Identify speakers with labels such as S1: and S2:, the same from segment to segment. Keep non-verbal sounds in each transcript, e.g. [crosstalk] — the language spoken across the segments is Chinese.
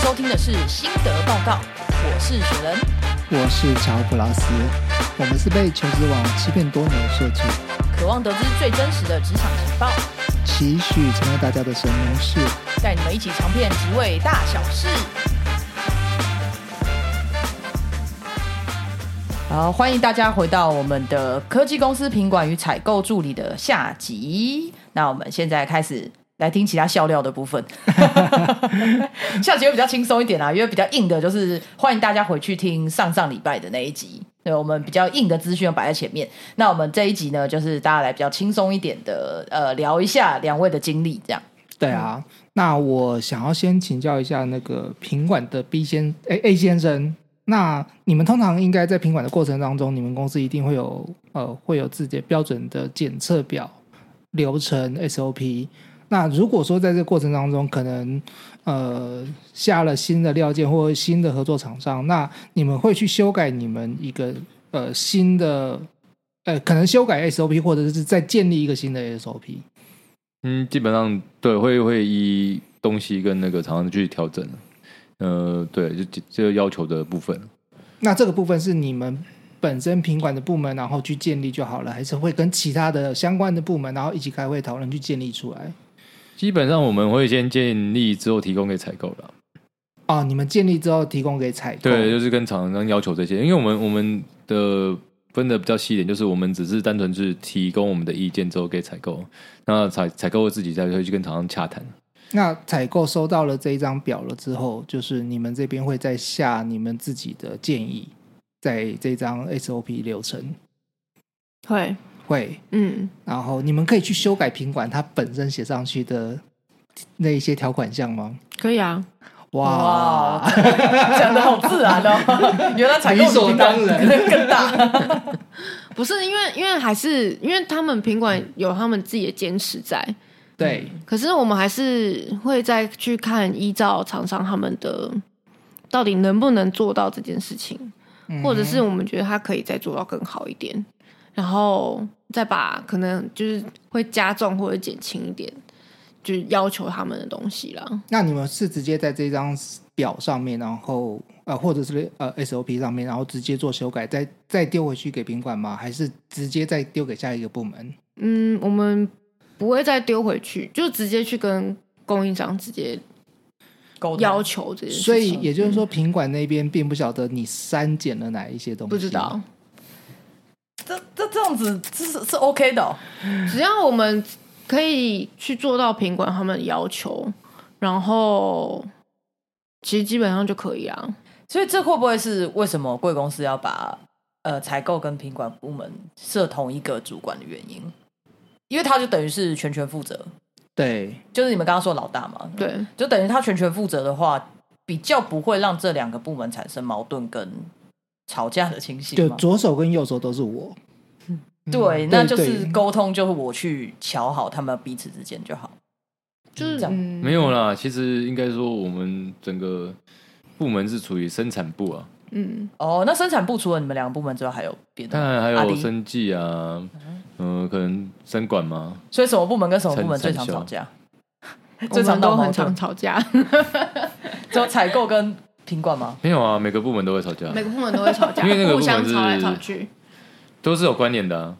S1: 收听的是心得报告，我是雪人。
S2: 我是乔普拉斯，我们是被求职网欺骗多年的设计，
S1: 渴望得知最真实的职场情报，
S2: 期许成为大家的神农氏。
S1: 带你们一起尝遍职位大小事。好，欢迎大家回到我们的科技公司品管与采购助理的下集。那我们现在开始来听其他笑料的部分。 [laughs] 下集会比较轻松一点啦，因为比较硬的，就是欢迎大家回去听上上礼拜的那一集。对我们比较硬的资讯要摆在前面。那我们这一集呢，就是大家来比较轻松一点的，呃，聊一下两位的经历，这样。
S2: 对啊，那我想要先请教一下那个品管的 B 先诶 A 先生，那你们通常应该在品管的过程当中，你们公司一定会有呃会有自己的标准的检测表、流程 SOP。那如果说在这个过程当中，可能呃下了新的料件或新的合作厂商，那你们会去修改你们一个呃新的呃可能修改 SOP，或者是再建立一个新的 SOP。
S3: 嗯，基本上对，会会依东西跟那个厂商去调整。呃，对，就就这个要求的部分。
S2: 那这个部分是你们本身品管的部门，然后去建立就好了，还是会跟其他的相关的部门，然后一起开会讨论去建立出来？
S3: 基本上我们会先建立之后提供给采购的啊，
S2: 哦，你们建立之后提供给采购，
S3: 对，就是跟厂商要求这些，因为我们我们的分的比较细一点，就是我们只是单纯是提供我们的意见之后给采购，那采采购自己再会去跟厂商洽谈。
S2: 那采购收到了这一张表了之后，就是你们这边会再下你们自己的建议，在这张 SOP 流程
S4: 会，
S2: 会，
S4: 嗯，
S2: 然后你们可以去修改品管它本身写上去的那一些条款项吗？
S4: 可以啊，
S2: 哇，
S1: 哇，讲的好自然
S2: [laughs]
S1: 哦，原来采购
S2: 理所当然
S1: 更
S2: [laughs]
S1: 大。
S4: 不是因为因为还是因为他们品管有他们自己的坚持在，
S2: [laughs] 对，
S4: 可是我们还是会再去看依照厂商他们的到底能不能做到这件事情，
S2: 嗯
S4: 或者是我们觉得他可以再做到更好一点，然后再把可能就是会加重或者减轻一点，就是要求他们的东西啦。
S2: 那你们是直接在这张表上面，然后呃，或者是呃 SOP 上面，然后直接做修改，再再丢回去给宾馆吗？还是直接再丢给下一个部门？
S4: 嗯，我们不会再丢回去，就直接去跟供应商直接
S1: 沟通
S4: 要求这件事情。
S2: 所以也就是
S4: 嗯
S2: 说，品管那边并不晓得你删减了哪一些东西，
S4: 不知道，
S1: 这这这样子这是是 OK 的哦、
S4: 只要我们可以去做到品管他们的要求，然后其实基本上就可以啊。
S1: 所以这会不会是为什么贵公司要把呃采购跟品管部门设同一个主管的原因？因为他就等于是全权负责，
S2: 对，
S1: 就是你们刚刚说老大嘛，，
S4: 对，
S1: 就等于他全权负责的话，比较不会让这两个部门产生矛盾跟吵架的情形
S2: 就
S1: 嘛。
S2: 左手跟右手都是我。
S1: 对，
S2: 嗯
S1: 那就是
S2: 对
S1: 沟通，就是我去瞧好他们彼此之间就好。
S4: 就是
S1: 这样
S4: 嗯
S3: 没有啦，其实应该说我们整个部门是处于生产部啊，
S4: 嗯，
S1: 哦，那生产部除了你们两个部门之外，还有别的
S3: 当
S1: 吗？
S3: 然还
S1: 阿
S3: 有
S1: 迪
S3: 生计啊，嗯、可能生管嘛，
S1: 所以什么部门跟什么部门最
S3: 产
S1: 常
S3: 销
S1: 吵
S4: [laughs]
S1: 架？
S4: 我
S1: 最常
S4: 们
S1: 闹
S4: 都
S1: 矛
S4: 很
S1: 盾
S4: 常吵架，
S1: 只有采购跟品管吗？
S3: 没有啊，每个部门都会吵架，
S4: [laughs] 每个部门都会吵架，
S3: 因为那个
S4: 互相
S3: 部门
S4: 吵来
S3: 是
S4: 吵去。
S3: 都是有关联的、啊。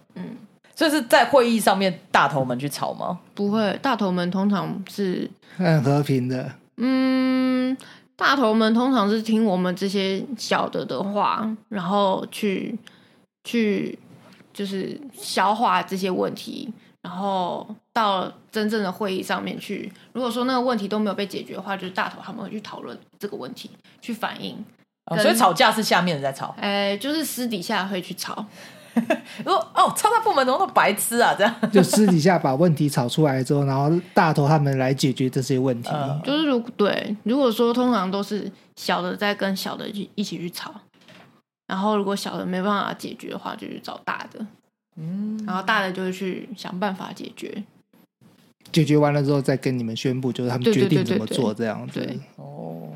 S1: 所以是在会议上面大头们去吵吗？
S4: 不会，大头们通常是
S2: 很和平的，
S4: 嗯，大头们通常是听我们这些小的的话，然后去去就是消化这些问题，然后到真正的会议上面去。如果说那个问题都没有被解决的话，就是大头他们会去讨论这个问题，去反映。
S1: 哦
S4: 跟
S1: 所以吵架是下面人在吵。
S4: 哎，就是私底下会去吵，
S1: 说哦，超大部门怎么那么白痴啊？这样，
S2: 就私底下把问题吵出来之后，然后大头他们来解决这些问题。
S1: 呃，
S4: 就是如对，如果说通常都是小的在跟小的一起一起去吵，然后如果小的没办法解决的话，就去找大的， [laughs] 嗯，然后大的就会去想办法解决，
S2: 解决完了之后，再跟你们宣布，就是他们
S4: 对对
S2: 决定
S4: 对
S2: 怎
S4: 对
S2: 么
S4: 对
S2: 做这样子。
S4: 对
S1: 哦，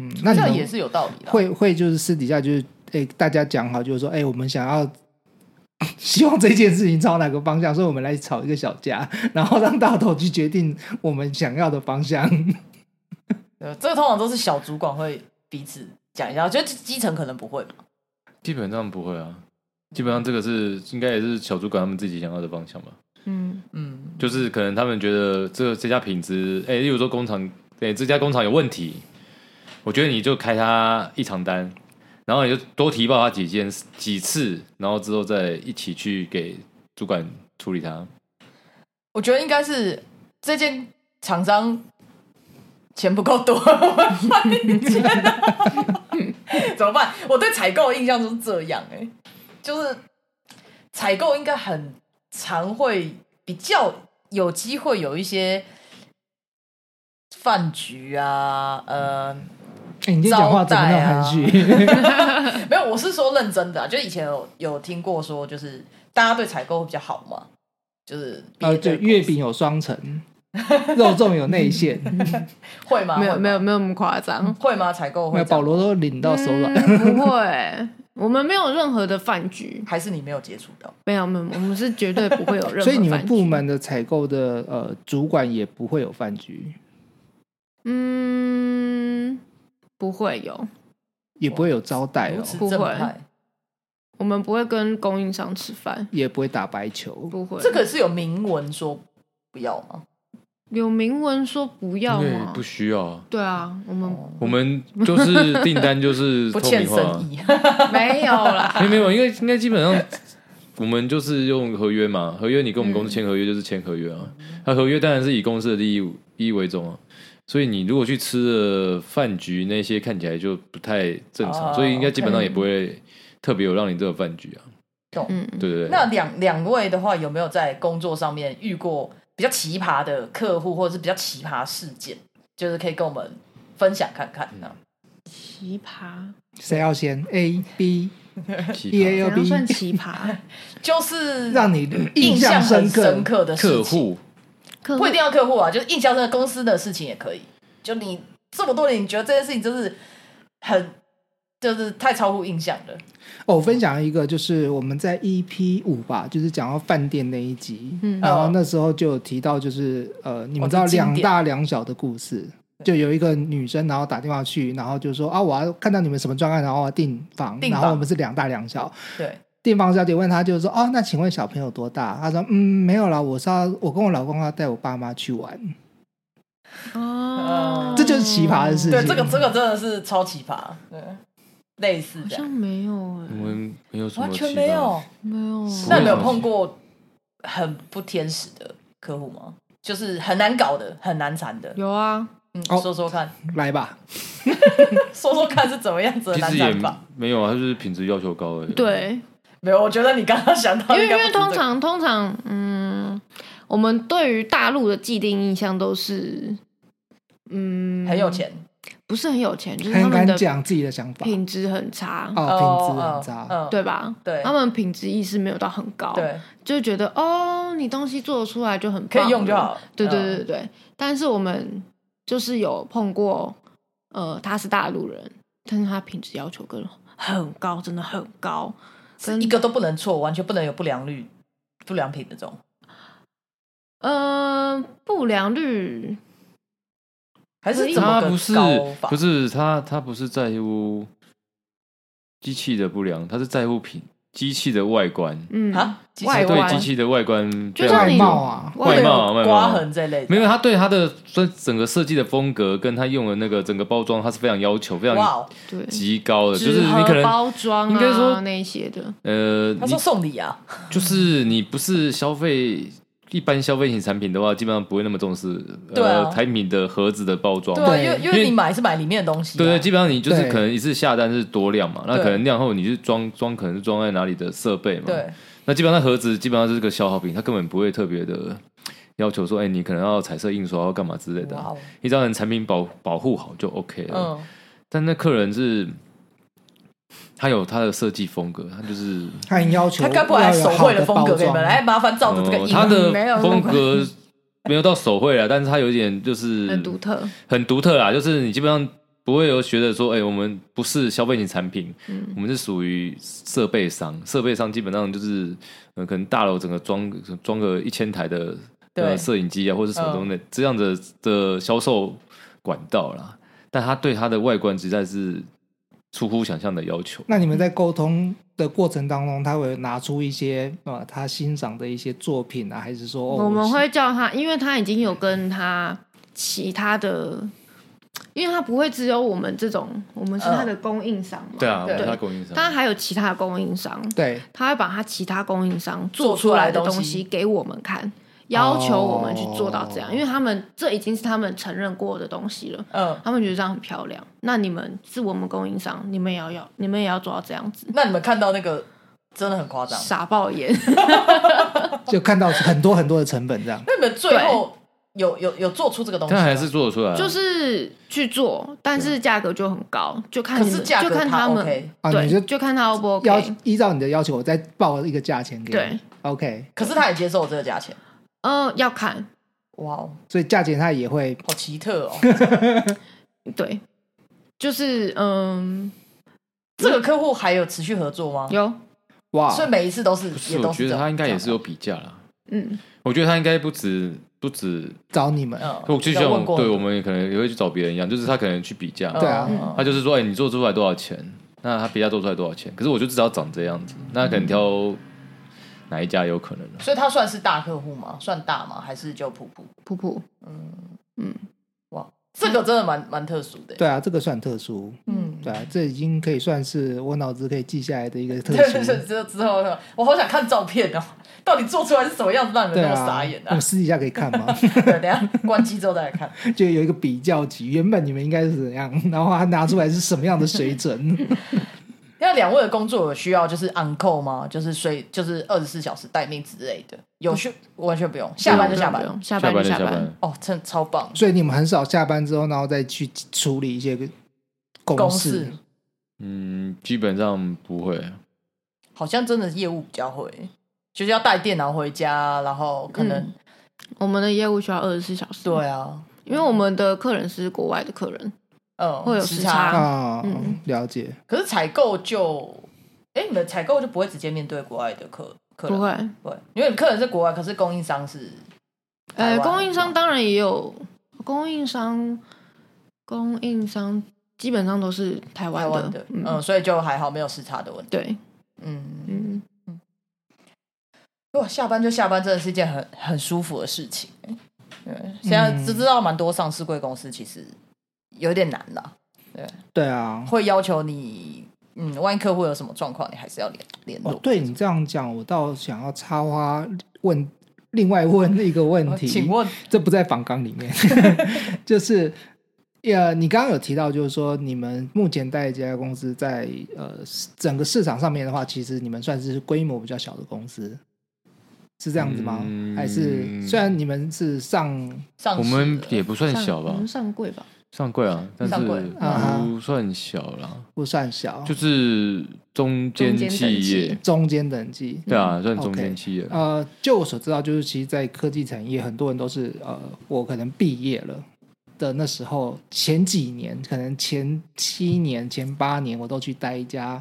S2: 嗯，那
S1: 这
S2: 你
S1: 样
S2: 们
S1: 也是有道理的。
S2: 会会就是私底下就是诶、大家讲好就是说，诶、我们想要 [laughs] 希望这件事情朝哪个方向，所以我们来吵一个小架，然后让大头去决定我们想要的方向。
S1: 呃，这个通常都是小主管会彼此讲一下，我觉得基层可能不会嘛。
S3: 基本上不会啊，基本上这个是应该也是小主管他们自己想要的方向吧。
S4: 嗯，
S1: 嗯，
S3: 就是可能他们觉得这这家品质，哎、例如说工厂，哎、这家工厂有问题，我觉得你就开他一场单，然后你就多提报他几件几次，然后之后再一起去给主管处理他。
S1: 我觉得应该是这件厂商钱不够多， [laughs] 我换一件 [laughs] 怎么办？我对采购的印象就是这样、欸，哎，就是采购应该很常会比较有机会有一些饭局啊，呃，
S2: 哎，你今天讲话怎么那么含蓄？
S1: 没有，我是说认真的、啊，就以前有有听过说，就是大家对采购会比较好嘛，就是
S2: 呃，对，月饼有双层，肉粽有内馅，
S1: 会吗？
S4: 没有
S1: 会吗
S4: 没有没有那么夸
S2: 嗯
S4: 张，
S1: 会吗？采购
S2: 没
S1: 会
S2: 有
S1: 这样
S2: 保罗都领到手软。
S4: 嗯不会，我们没有任何的饭局，
S1: 还是你没有接触到？
S4: 没有没有，我们是绝对不会有任何饭
S2: [laughs]
S4: 局。
S2: 所以你们部门的采购的呃主管也不会有饭局，
S4: 嗯不会有，
S2: 也不会有招
S3: 哎
S2: 待
S1: 如
S2: 哦，
S1: 此
S4: 不
S1: 正
S4: 会
S1: 派，
S4: 我们不会跟供应商吃饭，
S2: 也不会打白球。
S4: 不会。
S1: 这个是有明文说不要吗？
S4: 有明文说不要
S3: 因为
S4: 吗
S3: 不？需要啊，
S4: 对啊，我们
S1: 哦
S3: 我们就是订单就是
S1: [laughs] 不
S3: 透
S1: 欠
S3: 明化啊
S1: 生。意，
S4: 没有啦。
S2: [laughs]
S3: 没有没有，因为应该基
S1: [laughs]
S3: 本上我们就是用合约嘛，合约你跟我们公司签合约就是签合约啊，那、合约当然是以公司的利益利益为重啊。所以你如果去吃了饭局那些，看起来就不太正常，
S1: 哦
S3: 所以应该基本上也不会特别有让你这个饭局啊，
S1: 懂？
S4: 嗯，
S3: 对不对？
S1: 那两两位的话，有没有在工作上面遇过比较奇葩的客户，或者是比较奇葩事件？就是可以跟我们分享看看呢、
S4: 奇葩，
S2: 谁要先 A B
S3: 奇
S2: E A
S4: 怎
S2: L
S4: 样
S2: B，
S4: 算
S2: [laughs]
S4: 奇葩？
S1: 就是
S2: 让你
S1: 印
S2: 象
S1: 象很
S2: 刻
S1: 深。刻的事
S3: 客
S1: 情，
S3: 户
S4: 客户
S1: 不一定要客户啊，就是印象深的公司的事情也可以。就你这么多年，你觉得这件事情就是很就是太超乎印象了。
S2: 哦，我分享一个，就是我们在 EP 五吧，就是讲到饭店那一集，
S4: 嗯
S2: 然后那时候就有提到，就是呃，你们知道
S1: 哦这经典
S2: 两大两小的故事，就有一个女生，然后打电话去，然后就说啊，我要看到你们什么专案，然后我要订房，
S1: 订
S2: 然
S1: 房
S2: 后我们是两大两小。
S1: 对，
S2: 订房小姐问她，就是说哦，那请问小朋友多大？她说嗯，没有啦，我是要我跟我老公要带我爸妈去玩，
S4: 哦，
S2: 这就是奇葩的事情。
S1: 对，这个这个真的是超奇葩，对，类似
S4: 好
S1: 的
S4: 像没有
S3: 我
S4: 哎，
S3: 们没有什么
S1: 完全
S3: 奇葩
S1: 没有。
S4: 没有啊。
S1: 那你们有
S3: 不会
S1: 碰过很不天使的客户吗？就是很难搞的，很难缠的。
S4: 有啊，
S1: 嗯，
S2: 哦
S1: 说说看，
S2: 来吧，
S1: 说说看是怎么样子的
S3: 其
S1: 难
S3: 实也
S1: 缠法？
S3: 没有啊，他就是品质要求高而已。，
S4: 对，
S1: 没有，我觉得你刚刚想到
S4: 因为
S1: 应该
S4: 因
S1: 不
S4: 为
S1: 止这个，
S4: 通常通常，嗯，我们对于大陆的既定印象都是，嗯，
S1: 很有，钱，
S4: 不是很有钱，就是他
S2: 很
S4: 们
S2: 敢
S4: 的
S2: 讲自己的想法，
S4: 品质很差，
S2: 哦，品质很
S1: 哦
S2: 渣。
S1: 嗯，
S4: 对吧？
S1: 对
S4: 他们品质意识没有到很高，
S1: 对，
S4: 就觉得哦，你东西做得出来就很
S1: 可
S4: 棒
S1: 以用就
S4: 了
S1: 好。
S4: 对对
S1: 嗯
S4: 对对对，但是我们就是有碰过，呃，他是大陆人，但是他品质要求跟很高，真的很高。
S1: 是一个都不能错，完全不能有不良率、不良品那种。
S4: 呃，不良率
S1: 还是怎么
S3: 他
S1: 个
S3: 不是
S1: 高法？
S3: 不是他他不是在乎机器的不良，他是在乎品机器的外观。
S4: 嗯
S1: 啊，机器
S4: 外
S3: 他对
S4: 观
S3: 机器的外观非常
S4: 就像
S2: 外
S4: 你
S3: 有
S2: 貌啊，
S1: 会
S3: 外
S1: 有
S3: 貌啊外貌
S1: 刮
S3: 啊
S1: 痕这类的，
S3: 没有，他对他的整整个设计的风格跟他用的那个整个包装，他是非常要求，非
S1: 哇
S3: 常
S1: 哦，
S4: 对，
S3: 极高的，就
S4: 纸
S3: 是你
S4: 盒
S3: 可能
S4: 包装啊，
S3: 应该说
S4: 那一些的，
S3: 呃，
S1: 他
S3: 你
S1: 说送礼啊，
S3: 就是你不是消费一般消费型产品的话，基本上不会那么重视
S1: 对啊
S3: 呃产品的盒子的包装
S1: 对。啊，
S2: 对
S1: 因为因
S3: 因为
S1: 为你买是买里面的东西啊，
S3: 对对，基本上你就是
S2: 对
S3: 可能一次下单是多量嘛，那
S1: 对
S3: 可能量后你是装装，可能是装在哪里的设备嘛。
S1: 对
S3: 那基本上盒子基本上是个消耗品，它根本不会特别的要求说，哎，你可能要彩色印刷要干嘛之类的
S1: 哇
S3: 啊。
S1: 哦，
S3: 一张人产品保保护好就 OK 了。
S1: 嗯，
S3: 但那客人是，他有他的设计风格，他就是、
S2: 他很要求
S1: 他该不会还手绘的风格给你们，
S2: 要有好的包装啊
S1: 来麻烦照着这个
S3: 呃
S1: 印，啊
S3: 他的
S4: 嗯没有那
S3: 风
S4: 么
S3: 格没有到手绘啊了，但是他有一点就是
S4: 很独特。
S3: 很独特啦，就是你基本上不会有觉得说，哎、我们不是消费型产品，我们是属于设备商，设备商基本上就是，呃，可能大楼整个装装个一千台的
S1: 对
S3: 呃摄影机啊，或者什么东西、这样的的销售管道啦。但他对他的外观实在是出乎想象的要求。
S2: 那你们在沟通的过程当中，他会拿出一些呃他欣赏的一些作品啊，还是说、哦、
S4: 我们
S2: 喜
S4: 会叫他，因为他已经有跟他其他的，因为他不会只有我们这种，我们是他的供应商嘛，
S3: 对啊，我
S1: 对
S3: 们他供应商，
S4: 他还有其他的供应商，
S2: 对
S4: 他会把他其他供应商
S1: 做
S4: 做
S1: 出来
S4: 来
S1: 的
S4: 的
S1: 东西
S4: 东西给我们看，要求我们去做到
S3: 哦
S4: 这样，因为他们这已经是他们承认过的东西了。
S1: 嗯，
S4: 他们觉得这样很漂亮，那你们是我们供应商，你们也要要，你们也要做到这样子，
S1: 那你们看到那个真的很夸张。
S4: 傻爆眼。
S1: 嗯
S2: 就看到很多很多的成本这样。
S1: 那你们最后有有有做出这个东西吗？
S3: 但还是做得出来啊。
S4: 就是去做，但是价格就很高，就看
S1: 啊可
S4: 你
S1: 是
S4: 们，
S1: 价格
S4: 就看他们，
S1: OK，
S2: 啊
S4: 对，
S2: 你就
S4: 看他 O 不 OK，
S2: 要依照你的要求，我再报一个价钱给你。
S4: 对，
S2: ，OK，
S1: 可是他也接受这个价钱，
S4: 呃，要看，
S1: 哇哦，
S2: 所以价钱他也会
S1: 好奇特
S4: [laughs]
S1: 哦。
S4: 对，就是嗯，
S1: 这个客户还有持续合作吗？
S4: 有，
S2: 哇，
S1: 所以每一次都是
S3: 不是，
S1: 也
S3: 我
S1: 都
S3: 觉
S1: 是
S3: 得
S1: 这
S3: 他
S1: 样。
S3: 应该也是有比价啦。
S4: 嗯，
S3: 我觉得他应该不止不止，
S2: 找你们，
S1: 嗯，
S3: 我啊就像
S1: 有问过
S3: 对
S1: 你
S3: 我们也可能也会去找别人一样，就是他可能去比价，
S1: 嗯
S2: 对啊
S1: 嗯
S3: 他就是说，哎、你做出来多少钱？那他比价做出来多少钱？可是我就知道长这样子，那可能挑哪一家有可能啊
S1: 所以他算是大客户吗？算大吗？还是就普普？
S4: 普普，
S1: 哇，这个真的蛮蛮特殊的。欸
S2: 对啊，这个算特殊，
S1: 嗯，
S2: 对啊，这已经可以算是我脑子可以记下来的一个
S1: [laughs]
S2: 特
S1: 对
S2: 殊
S1: 对。对，之后之后，我好想看照片哦，到底做出来是什么样子，让你们
S2: 对
S1: 那么
S2: 啊，
S1: 傻眼
S2: 我
S1: 啊
S2: 们？私底下可以看吗？ [laughs]
S1: 对，等一下关机之后再来看。
S2: 就有一个比较级，原本你们应该是怎样，然后他拿出来是什么样的水准？
S1: 那两位的工作有需要就是 uncle 吗？就是睡就是二十四小时待命之类的？有需完全不用，下班就下班
S4: 不。用下
S3: 下
S4: 班就
S3: 就
S4: 下
S3: 下
S4: 班，，
S1: 哦，真的超棒！
S2: 所以你们很少下班之后，然后再去处理一些公
S1: 公
S2: 事
S1: 事。
S3: 嗯，基本上不会。
S1: 好像真的业务比较会，就是要带电脑回家，然后可能、
S4: 嗯我们的业务需要二十四小时，，
S1: 对啊，
S4: 因为我们的客人是国外的客人，
S1: 嗯，
S4: 会有
S1: 时
S4: 时
S1: 差
S4: 差
S2: 啊、
S4: 嗯
S2: 了解。
S1: 可是采购就，哎、你们采购就不会直接面对国外的客客人，
S4: 不会，
S1: 不会，因为你客人是国外，可是供应商是台
S4: 呃，
S1: 湾
S4: 供应商当然也有，供应商，供应商基本上都是台湾
S1: 台湾的，嗯所以就还好没有时差的问题，
S4: 对，
S1: 嗯，
S4: 嗯，
S1: 哇，下班就下班，真的是一件很很舒服的事情、欸对，现在
S2: 嗯
S1: 只知道蛮多上市贵公司其实有点难啦，
S2: 对啊，
S1: 会要求你，嗯，万一客户有什么状况，你还是要联联络。
S2: 哦，对你这样讲，我倒想要插花问另外问一个问
S1: 呃
S2: 题，
S1: 请问，
S2: 这不在访纲里面， [laughs] 就是。呃，你刚刚有提到，就是说你们目前在这家公司在呃整个市场上面的话，其实你们算是规模比较小的公司，是这样子吗？
S3: 嗯
S2: 还是虽然你们是上
S1: 上市
S3: 我们也不算
S4: 上
S3: 小吧
S4: 我，们上柜吧，
S3: 上柜啊，但是
S1: 上柜
S2: 啊
S3: 不算小啦，
S2: 不算小，
S3: 就是中间
S4: 中间等
S3: 企业
S4: 级，
S2: 中间等级，
S3: 对啊，算中
S2: OK
S3: 间企业。
S2: 呃，就我所知道，就是其实，在科技产业，很多人都是呃，我可能毕业了的那时候，前几年，可能前七年、前八年，我都去待一家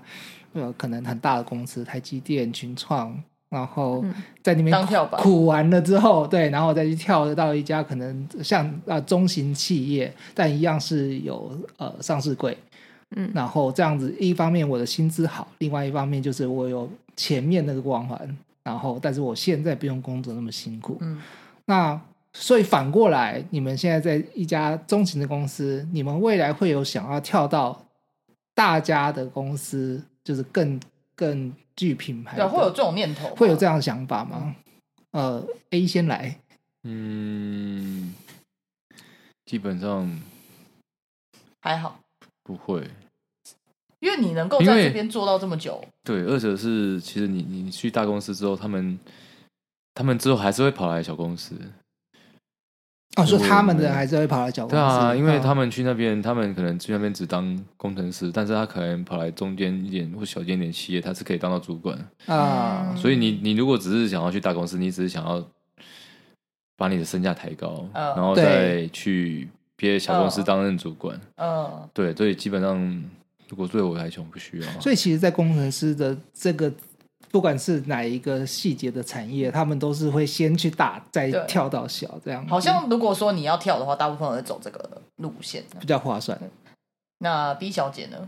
S2: 呃，可能很大的公司，台积电、群创，然后
S4: 嗯
S2: 在里面
S1: 当
S2: 苦
S1: 跳板
S2: 苦完了之后，对，然后我再去跳到一家可能像啊、呃中型企业，但一样是有呃上市柜，
S4: 嗯
S2: 然后这样子，一方面我的薪资好，另外一方面就是我有前面那个光环，然后但是我现在不用工作那么辛苦。
S1: 嗯，
S2: 那所以反过来，你们现在在一家中型的公司，你们未来会有想要跳到大家的公司，就是更更具品牌
S1: 对，
S2: 的，
S1: 会有这种念头吧，
S2: 会有这样的想法吗？呃，A 先来，
S3: 嗯，基本上
S1: 还好，
S3: 不会。
S1: 因为你能够
S3: 因
S1: 在
S3: 为
S1: 这边做到这么久，
S3: 对，二者是其实你你去大公司之后，他们他们之后还是会跑来小公司，
S2: 哦，说他们的
S3: 我
S2: 人还是会跑来小公
S3: 对
S2: 司，
S3: 啊，因为
S2: 嗯
S3: 他们去那边，他们可能去那边只当工程师，但是他可能跑来中间一点或小间一点企业，他是可以当到主管。
S2: 啊、
S1: 嗯
S3: 所以你你如果只是想要去大公司，你只是想要把你的身价抬高，
S1: 嗯
S3: 然后再
S2: 哦对哦
S3: 去别小公司担任主管，
S1: 嗯，
S3: 对，所以基本上如果对我来讲不需要。
S2: 所以其实，在工程师的这个，不管是哪一个细节的产业，他们都是会先去大，再
S1: 对
S2: 跳到小这样。
S1: 好像如果说你要跳的话，大部分人会走这个路线。
S2: 比较划算。
S1: 嗯那 B 小姐呢？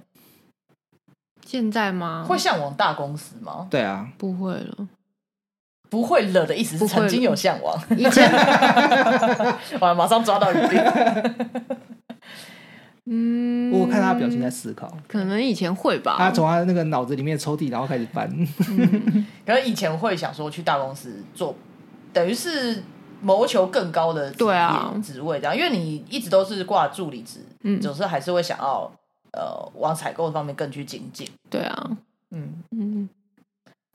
S4: 现在吗？
S1: 会向往大公司吗？
S2: 对啊，
S4: 不会了？
S1: [laughs] 不会了的意思是
S4: 不会
S1: 曾经有向
S4: [laughs]
S1: 往，以前哇，马上抓到语病。
S4: 嗯，
S2: 我看他表情在，思考，
S1: 嗯
S4: 可能以前会吧。
S2: 他从他那个脑子里面抽屉，然后开始翻。
S1: 嗯可能以前会想说去大公司做，等于是谋求更高的职业
S4: 对啊
S1: 职位这样，因为你一直都是挂助理职，
S4: 嗯，
S1: 总是还是会想要呃往采购方面更去精进。
S4: 对啊，
S1: 嗯，
S4: 嗯，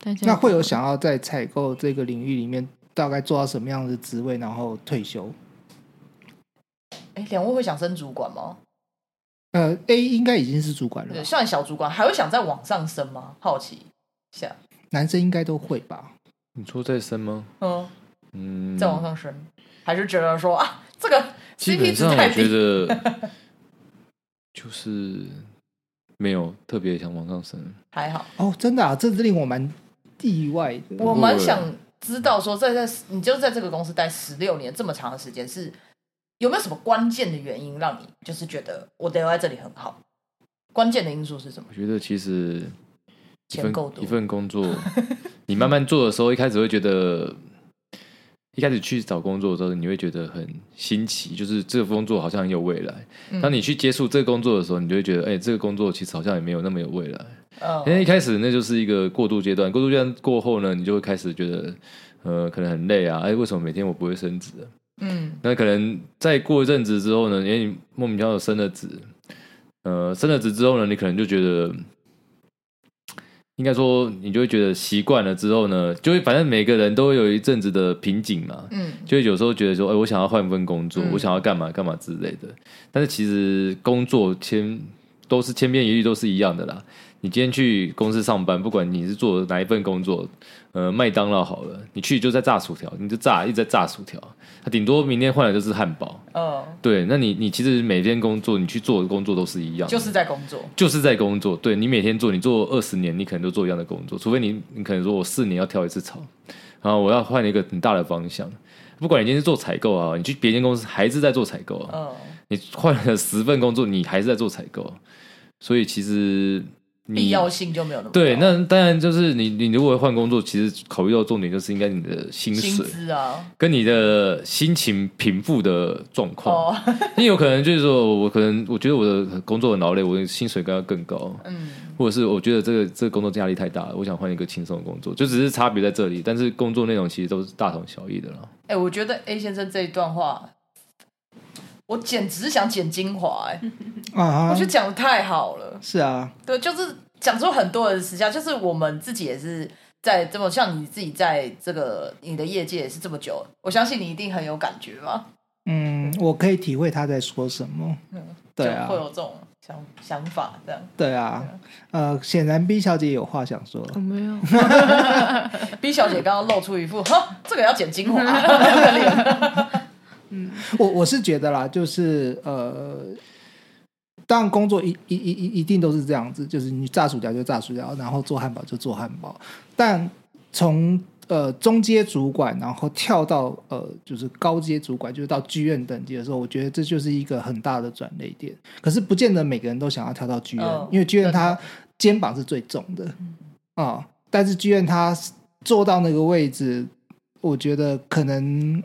S4: 但现
S2: [laughs]
S4: 在
S2: 那会有想要在采购这个领域里面大概做到什么样的职位，然后退休？
S1: 哎，两位会想升主管吗？
S2: 呃，A 应该已经是主管了吧
S1: 对，，
S3: 嗯
S1: 算小主管，还会想再往上升吗？好奇一下，
S2: 男生应该都会吧？
S3: 你说再生吗？
S1: 嗯，
S3: 嗯，
S1: 再往上升，还是觉得说啊，这个
S3: 基
S1: CP
S3: 本
S1: 值
S3: 上我
S1: 太
S3: 觉
S1: 低，
S3: 得就是没有特别想往上升。
S1: 还好。
S2: 哦，真的啊，这令我蛮意外的。
S1: 我蛮想知道说，在在你就在这个公司待十六年这么长的时间，是有没有什么关键的原因让你就是觉得我留在这里很好？关键的因素是什么？
S3: 我觉得其实一
S1: 钱
S3: 份
S1: 够多
S3: 一，份工作，你慢慢做的时候，一开始会觉得，一开始去找工作的时候，你会觉得很新奇，就是这个工作好像很有未来。
S1: 嗯
S3: 当你去接触这个工作的时候，你就会觉得，哎、这个工作其实好像也没有那么有未来。因为
S1: 嗯
S3: 一开始那就是一个过渡阶段，过渡阶段过后呢，你就会开始觉得，呃，可能很累啊，哎、为什么每天我不会升职啊、
S1: 嗯
S3: 那可能再过一阵子之后呢，因为你莫名其妙地升了职，呃，升了职之后呢，你可能就觉得，应该说你就会觉得习惯了之后呢，就会反正每个人都会有一阵子的瓶颈嘛，
S1: 嗯
S3: 就会有时候觉得说，哎、我想要换份工作，
S1: 嗯
S3: 我想要干嘛干嘛之类的。但是其实工作千都是千篇一律，都是一样的啦。你今天去公司上班，不管你是做哪一份工作，呃，麦当劳好了，你去就在炸薯条，你就炸一直在炸薯条，它顶多明天换的就是汉堡。
S1: 嗯，
S3: 对，那你你其实每天工作，你去做的工作都是一样的，
S1: 就是在工作，
S3: 就是在工作。对你每天做，你做二十年，你可能都做一样的工作，除非你你可能说我四年要跳一次槽，然后我要换一个很大的方向。不管你今天是做采购啊，你去别间公司还是在做采购啊，
S1: 嗯，
S3: 你换了十份工作，你还是在做采购，啊所以其实你
S1: 必要性就没有那么高
S3: 对。那当然就是你你如果换工作，其实考虑到重点就是应该你的薪
S1: 薪
S3: 水
S1: 资啊，
S3: 跟你的心情平复的状况。
S1: 哦，
S3: 因为有可能就是说，我可能我觉得我的工作很劳累，我的薪水更要更高，
S1: 嗯
S3: 或者是我觉得这个这个工作压力太大了，我想换一个轻松的工作，就只是差别在这里，但是工作内容其实都是大同小异的啦。
S1: 哎、我觉得 A 先生这一段话，我简直想剪精华、哎、
S2: 啊
S1: 我觉得讲的太好了。
S2: 是啊，
S1: 对，就是讲出很多人实际上就是我们自己也是在这么像你自己在这个你的业界也是这么久，我相信你一定很有感觉吧？
S2: 嗯，我可以体会他在说什么。
S1: 嗯
S2: 对
S1: 就会
S2: 啊，
S1: 有这种想想法这样。
S2: 对啊，呃，显然 B 小姐有话想说。
S4: 我哦没有，
S1: B 小姐刚刚露出一副哈，这个要剪精华 [laughs] 的脸，
S2: 我我是觉得啦，就是呃，当然工作一一一一一定都是这样子，就是你炸薯条就炸薯条，然后做汉堡就做汉堡。但从呃中阶主管，然后跳到呃就是高阶主管，就是到剧院等级的时候，我觉得这就是一个很大的转捩点。可是不见得每个人都想要跳到剧院，
S1: 哦
S2: 因为剧院它肩膀是最重的啊、但是剧院它做到那个位置，我觉得可能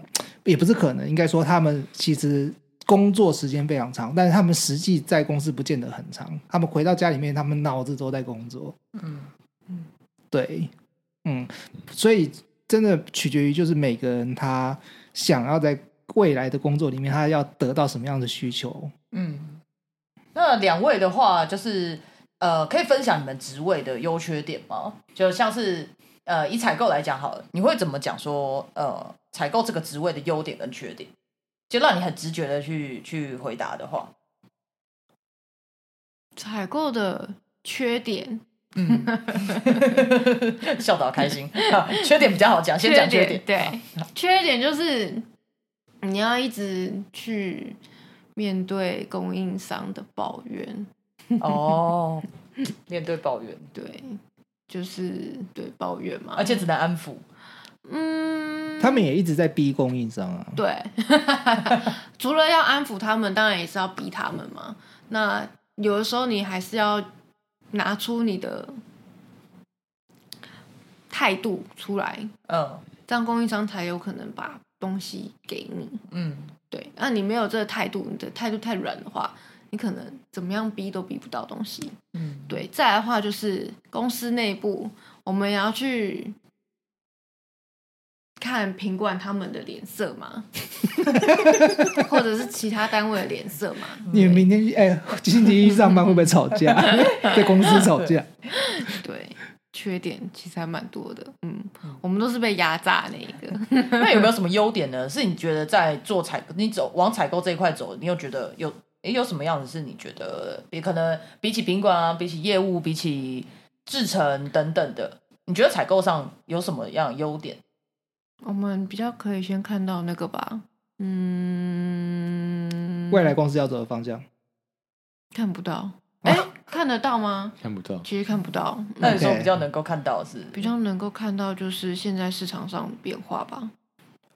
S2: 也不是可能，应该说他们其实工作时间非常长，但是他们实际在公司不见得很长。他们回到家里面，他们脑子都在工作。
S1: 嗯，
S2: 对，嗯，所以真的取决于就是每个人他想要在未来的工作里面，他要得到什么样的需求。
S1: 嗯，那两位的话，就是呃，可以分享你们职位的优缺点吗？就像是呃，以采购来讲好了，你会怎么讲说呃，采购这个职位的优点跟缺点？就让你很直觉的去去回答的话， [laughs]
S4: 采购的缺点，
S1: 嗯，笑得好开心。 [laughs] 好缺点比较好讲，先讲缺点。
S4: 对，缺点就是你要一直去面对供应商的抱怨，
S1: 哦， [laughs] 面对抱怨，
S4: 对，就是对抱怨嘛，
S1: 而且只能安抚。
S4: 嗯，
S2: 他们也一直在逼供应商啊。
S4: 对， [laughs] 除了要安抚他们，当然也是要逼他们嘛。那有的时候你还是要拿出你的态度出来，
S1: 嗯
S4: 这样供应商才有可能把东西给你。
S1: 嗯，
S4: 对，那你没有这个态度，你的态度太软的话，你可能怎么样逼都逼不到东西。
S1: 嗯，
S4: 对，再来的话就是公司内部，我们也要去看品管他们的脸色嘛， [laughs] 或者是其他单位的脸色嘛。
S1: 嗯
S2: 你们明天去哎，星期一上班会不会吵
S1: [laughs]
S2: 架？在公司吵架？
S4: 对，缺点其实还蛮多的。嗯，我们都是被压榨那一
S2: [laughs]
S4: 个。
S1: [laughs] 那有没有什么优点呢？是你觉得在做采，你走往采购这一块走，你有觉得有诶有什么样子是你觉得，比可能比起品管啊，比起业务，比起制成等等的，你觉得采购上有什么样的优点？
S4: 我们比较可以先看到那个吧，嗯，
S2: 未来哦公司要走的方向，
S4: 看不到，哎、看得到吗？
S3: 看不到。
S4: 其实看不到，
S1: 那有
S4: 嗯、
S1: 时候
S2: OK
S1: 比较能够看到的是
S4: 比较能够看到就是现在市场上变化吧。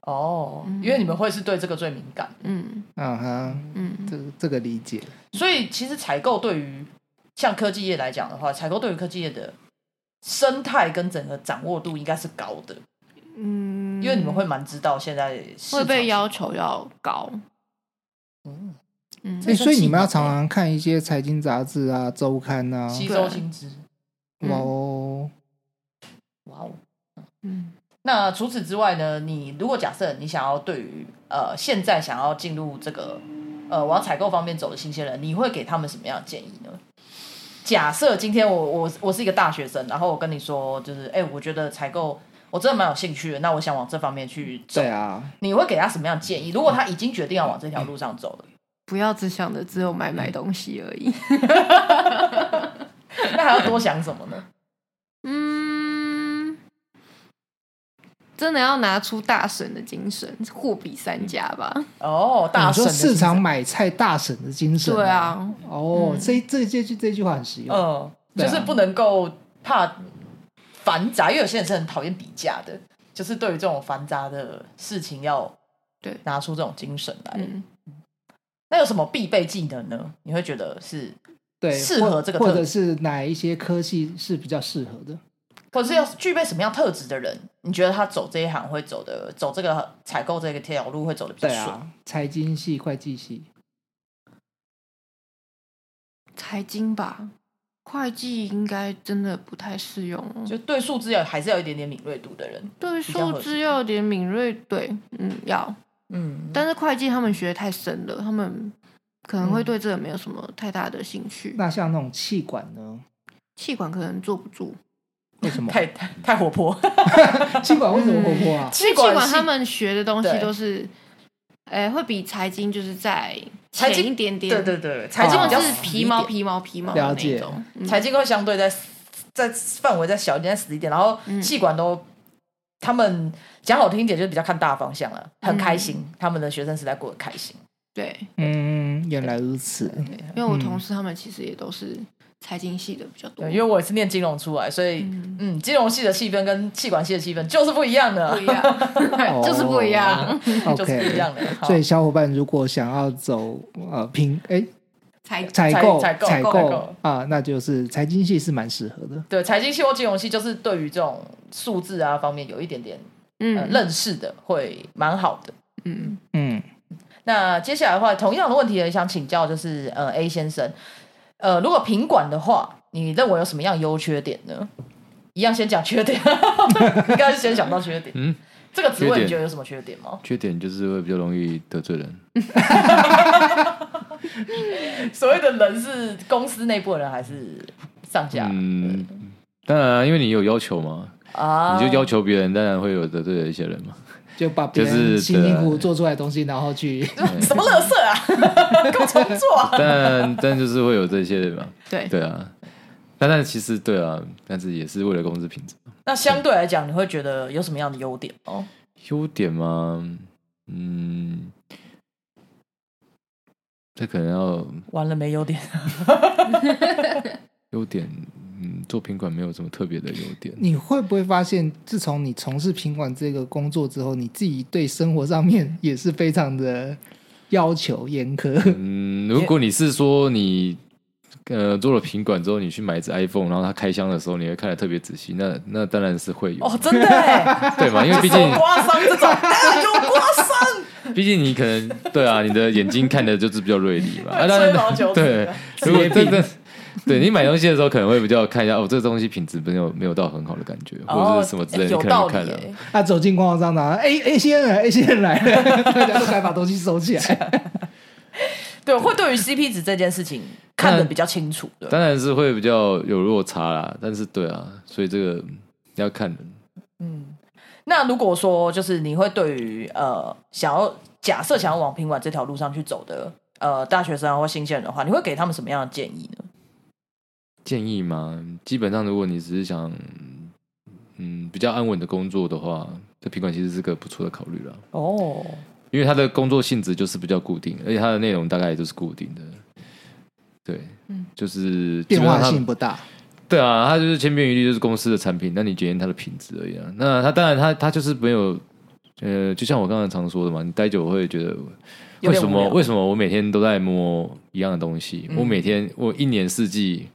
S1: 哦
S4: 嗯，
S1: 因为你们会是对这个最敏感，
S4: 嗯
S2: 嗯哼，
S4: 嗯，
S2: 这这个理解。
S1: 所以其实采购对于像科技业来讲的话，采购对于科技业的生态跟整个掌握度应该是高的，
S4: 嗯，
S1: 因为你们会蛮知道现在市场
S4: 会被要求要高，
S1: 嗯
S4: 嗯，
S2: 哎，
S1: 这
S2: 所以你们要
S1: 算技
S2: 常
S1: 能
S2: 常看一些财经杂志啊、周刊啊。
S1: 吸收薪资。
S2: 哇
S1: 嗯
S2: 哦，
S1: 哇哦！
S4: 嗯
S1: 那除此之外呢？你如果假设你想要对于呃现在想要进入这个呃往采购方面走的新鲜人，你会给他们什么样的建议呢？假设今天我我我是一个大学生，然后我跟你说，就是哎、我觉得采购我真的蛮有兴趣的，那我想往这方面去走
S2: 对。啊，
S1: 你会给他什么样的建议？如果他已经决定要往这条路上
S2: [laughs]
S1: 走了，
S4: 不要只想着只有买买东西而已。
S1: 那还要多想什么呢？
S4: 嗯，真的要拿出大神的精神，货比三家吧。
S1: 哦，大
S2: 你
S1: 神
S2: 说
S1: 的
S2: 市场
S1: 精
S2: 买菜大省的精神。
S4: 对，啊，
S2: 哦
S4: 嗯，
S2: 这这这句这句话很实
S1: 神，
S2: 用。
S1: 嗯，
S2: 对
S1: 就
S2: 啊
S1: 是不能够怕繁杂，因为有些人是很讨厌比价的，就是对于这种繁杂的事情要
S4: 对
S1: 拿出这种精神来。
S4: 嗯，
S1: 那有什么必备技能呢？你会觉得是，
S2: 对，
S1: 适合
S2: 或
S1: 这个
S2: 或
S1: 特
S2: 者
S1: 质
S2: 是哪一些科系是比较适合的？
S1: 或者是
S4: 嗯
S1: 要具备什么样特质的人？你觉得他走这一行会走的，走这个采购这个条路会走的比较
S2: 对
S1: 顺？
S2: 啊，财经系、会计系。
S4: 财经吧，会计应该真的不太适用哦。
S1: 就对数字要还是要有一点点敏锐度的人。
S4: 对
S1: 比较
S4: 数
S1: 合
S4: 字要有点敏锐，对，嗯，要。
S1: 嗯，
S4: 但是会计他们学得太深了，他们可能会
S1: 嗯
S4: 对这个没有什么太大的兴趣。
S2: 那像那种气管呢？
S4: 气管可能坐不住，
S2: 为什么？
S1: 太太太活
S4: [laughs]
S1: 泼。
S2: 气管为什么活泼
S1: [laughs]
S2: 啊？
S1: 气
S4: 气
S1: 管
S4: 管
S1: 系
S4: 他们学的东西
S1: 对
S4: 都是，哎，会比财经就是在
S1: 财经
S4: 前一点点，
S1: 对对对，财经
S2: 哦
S1: 比较
S4: 就
S1: 死
S4: 是
S1: 一
S4: 皮毛
S1: 点
S4: 皮毛皮毛的
S2: 了
S4: 那一
S2: 解
S4: 种。嗯
S1: 财经会相对在在范围再小一点，再死一点，然后
S4: 嗯
S1: 气管都、他们讲好听一点，就是比较看大方向了，
S4: 嗯
S1: 很开心，他们的学生时代过得开心。
S4: 对，
S2: 嗯，原来如此。
S4: 因为我同事他们其实也都是财经系的比较多
S1: 对，，因为我也是念金融出来，所以嗯
S4: 嗯
S1: 金融系的气氛跟气管系的气氛就是不一样的，
S4: 不一样， [laughs]
S1: [laughs]
S4: 就是不一
S2: 哦
S4: 样。
S1: 就是不一
S2: OK，
S1: 样的。好
S2: 所以小伙伴如果想要走呃平哎
S4: 财
S2: 采
S1: 采
S2: 购
S1: 采购
S2: 采
S1: 采
S2: 购
S1: 购
S2: 啊，那就是财经系是蛮适合的。
S1: 对财经系或金融系，就是对于这种数字啊方面有一点点、呃、
S4: 嗯
S1: 认识的，会蛮好的。
S4: 嗯，
S1: [laughs]
S2: 嗯，
S1: 那接下来的话，同样的问题也想请教，就是呃，A 先生，呃，如果品管的话，你认为有什么样优缺点呢？一样先讲缺点， [laughs] 应该是先想到缺点。
S3: 嗯，
S1: 这个职
S3: 缺
S1: 位
S3: 点
S1: 你觉得有什么缺点吗？
S3: 缺点就是会比较容易得罪人，
S1: 所谓的人是公司内部的人还是上下？
S3: 嗯，当然啊因为你有要求嘛，
S1: 啊，
S3: 你就要求别人，当然会有得罪的一些人嘛。
S2: 就把别
S3: 就是
S2: 人辛辛苦苦
S3: 对
S2: 做出来的东西，然后去
S1: [laughs]
S2: [laughs]
S1: 什么乐色啊，
S3: [laughs]
S1: 给我重做啊！
S3: 但但就是会有这些人嘛，
S4: 对，
S3: 对啊。但但其实对啊，但是也是为了公司品质。
S1: 那相对来讲，你会觉得有什么样的优点哦？
S3: 优点吗？嗯，这可能要
S1: 完了没优点？
S3: 优点，嗯，做品管没有什么特别的优点。
S2: 你会不会发现，自从你从事品管这个工作之后，你自己对生活上面也是非常的要求严苛？ [laughs]
S3: 嗯，如果你是说你呃做了品管之后，你去买一只 iPhone，然后它开箱的时候，你会看得特别仔细，那那当然是会有，
S1: 哦，真的
S3: [laughs]
S1: 耶，
S3: 对
S1: [laughs]
S3: 嘛？因为毕
S1: 手
S3: 竟
S1: 刮伤这
S3: [laughs]
S1: 种，哎有刮伤，
S3: 毕竟你可能对啊，你的眼睛看的就是比较
S1: [laughs]
S3: 锐利嘛，啊，当
S1: 吹毛
S3: 然
S1: 求疵 [laughs]
S3: 对
S1: 的，
S3: 如果真的。对你买东西的时候，可能会比较看一下哦，这个东西品质没有没有到很好的感觉，或者是什么之类的，
S1: 哦有
S3: 你可
S1: 道
S3: 能
S1: 理
S3: 看了。啊
S1: 耶。
S2: 他啊走进逛商场，A A 先人，A 先人来了， [laughs] 大家都该把东西收
S3: [laughs]
S2: 起来。
S1: 对，会对于 CP 值这件事情看得比较清楚的。
S3: 当然是会比较有落差啦，但是对啊，所以这个要看人。
S1: 那如果说就是你会对于呃想要假设想要往品管这条路上去走的呃大学生啊或新鲜人的话，你会给他们什么样的建议呢？
S3: 建议嘛，基本上如果你只是想嗯比较安稳的工作的话，这品管其实是个不错的考虑啦，
S1: 哦，
S3: 因为它的工作性质就是比较固定，而且它的内容大概也就是固定的。对，嗯，就是基
S2: 变
S3: 本上
S2: 化
S3: 它
S2: 性不大，
S3: 对啊，它就是千篇一律，就是公司的产品，那你检验它的品质而已啊。那它当然它，它就是没有，呃，就像我刚才常说的嘛，你待久会觉得
S1: 有点
S3: 为什
S1: 无
S3: 么
S1: 聊
S3: 为什么我每天都在摸一样的东西？我每天我一年四季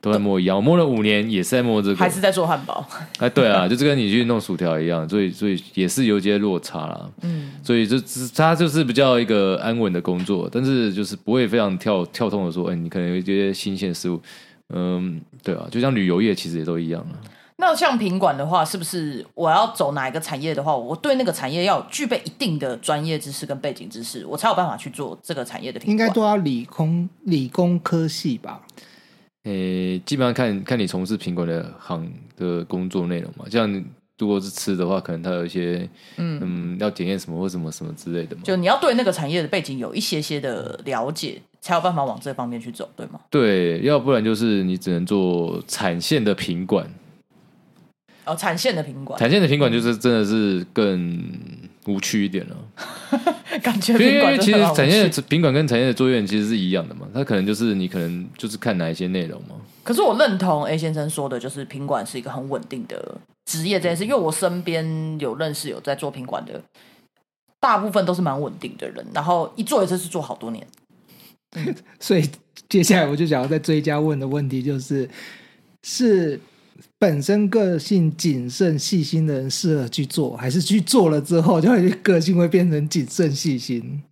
S3: 都在摸一样，我摸了五年也是在摸这个，
S1: 还是在做汉堡？ [laughs]
S3: 哎，对 [laughs] 啊，就这跟你去弄薯条一样，所以所以也是有些落差啦。嗯，所以就只它就是比较一个安稳的工作，但是就是不会非常跳跳动的说，哎，你可能有一些新鲜事物。嗯，对啊，就像旅游业其实也都一样啊。
S1: 那像品管的话，是不是我要走哪一个产业的话，我对那个产业要有具备一定的专业知识跟背景知识，我才有办法去做这个产业的品
S2: 应
S1: 管？
S2: 该都要理工理工科系吧？
S3: 诶、哎基本上看看你从事品管的行的工作内容嘛，像你如果是吃的话，可能它有一些嗯要检验什么或什么什么之类的嘛。
S1: 就你要对那个产业的背景有一些些的了解，才有办法往这方面去走，对吗？
S3: 对，要不然就是你只能做产线的品管，
S1: 哦，产线的品管，
S3: 产线的品管就是真的是更无趣一
S1: [laughs]
S3: 点了，
S1: 感觉
S3: 因为
S1: 品
S3: 因
S1: 管
S3: 为其
S1: 真
S3: 实
S1: 的很
S3: 产
S1: 有
S3: 线
S1: 趣
S3: 的品管跟产业的作业员其实是一样的嘛，它可能就是你可能就是看哪一些内容嘛。
S1: 可是我认同 A 先生说的，就是品管是一个很稳定的职业这件事，因为我身边有认识有在做品管的，大部分都是蛮稳定的人，然后一做一次是做好多年。
S3: 嗯
S2: 所以接下来我就想要再追加问的问题就是：是本身个性谨慎细心的人适合去做，还是去做了之后就会个性会变成谨慎细心？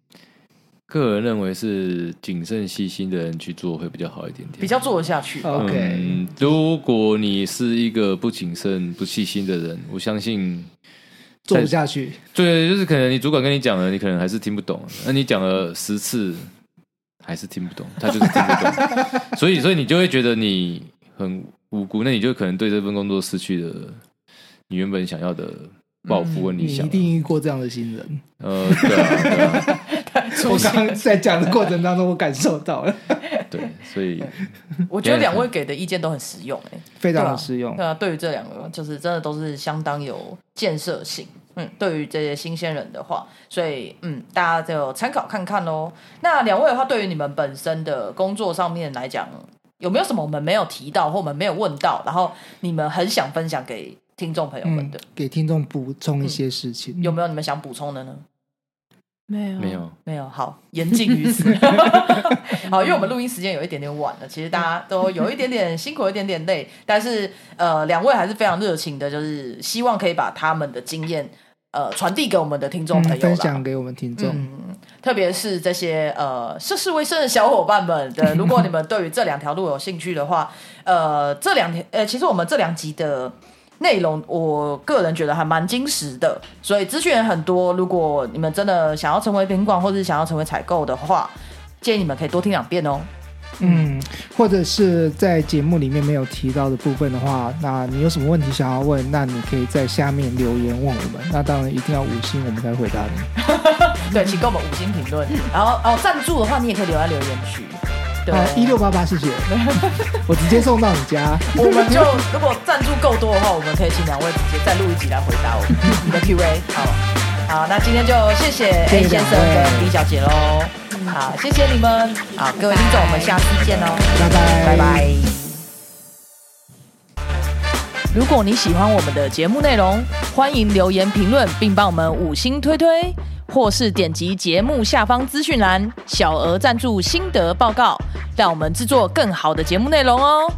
S3: 个人认为是谨慎细心的人去做会比较好一点点，
S1: 比较做得下去。
S2: OK
S3: 嗯，如果你是一个不谨慎、不细心的人，我相信，
S2: 做不下去，
S3: 对，就是可能你主管跟你讲了，你可能还是听不懂。那你讲了十次，还是听不懂，他就是听不懂。所以，所以你就会觉得你很无辜，那你就可能对这份工作失去了你原本想要的抱负跟
S2: 你
S3: 理
S2: 嗯
S3: 想。啊
S2: 一定遇过这样的新人。
S3: 呃，对啊，对啊，
S2: [laughs] 我刚刚在讲的过程当中，我感受到了，
S3: 对，所以
S1: 我觉得两位给的意见都很实用、欸，
S2: 非
S1: 非
S2: 常的实用
S1: 对。啊，对于这两个，就是真的都是相当有建设性。嗯，对于这些新鲜人的话，所以嗯，大家就参考看看喽。那两位的话，对于你们本身的工作上面来讲，有没有什么我们没有提到或我们没有问到，然后你们很想分享给听众朋友们
S2: 嗯
S1: 的，，
S2: 给听众补充一些事情。
S1: 有没有你们想补充的呢？
S4: 没有
S3: 没有。
S1: 没有，好，言尽于此。
S2: [laughs]
S1: 好，因为我们录音时间有一点点晚了，其实大家都有一点点辛苦，有一点点累，但是呃，两位还是非常热情的，就是希望可以把他们的经验呃传递给我们的听众朋
S2: 嗯
S1: 友
S2: 分
S1: 啦。
S2: 享给我们听众，
S1: 特别是这些呃涉世未深的小伙伴们的，
S2: [laughs]
S1: 如果你们对于这两条路有兴趣的话，呃，这两条呃，其实我们这两集的内容，我个人觉得还蛮精实的，所以资讯也很多。如果你们真的想要成为品管或者想要成为采购的话，建议你们可以多听两遍
S2: [laughs]
S1: 哦。
S2: 嗯，或者是在节目里面没有提到的部分的话，那你有什么问题想要问，那你可以在下面留言问我们。那当然一定要五星，我们才会回答你。
S1: 对，请给我们五星评论，然后哦，赞助的话你也可以留在留言区。对，
S2: 好，一六八八，谢
S1: [laughs]
S2: 谢，我直接送到你家。
S1: 我们 [laughs] 就如果赞助够多的话，我们可以请两位直接再录一集来回答我们你的 Q&A。好， [laughs] 好，那今天就谢谢 A
S2: 谢谢
S1: 先
S2: 两
S1: 生跟
S2: 位
S1: B 小姐喽。好，谢谢你们。好，各位听众，我们下次见哦，
S2: 拜拜，
S1: 拜拜。如果你喜欢我们的节目内容，欢迎留言评论，并帮我们五星推推，或是点击节目下方资讯栏小额赞助心得报告，让我们制作更好的节目内容哦。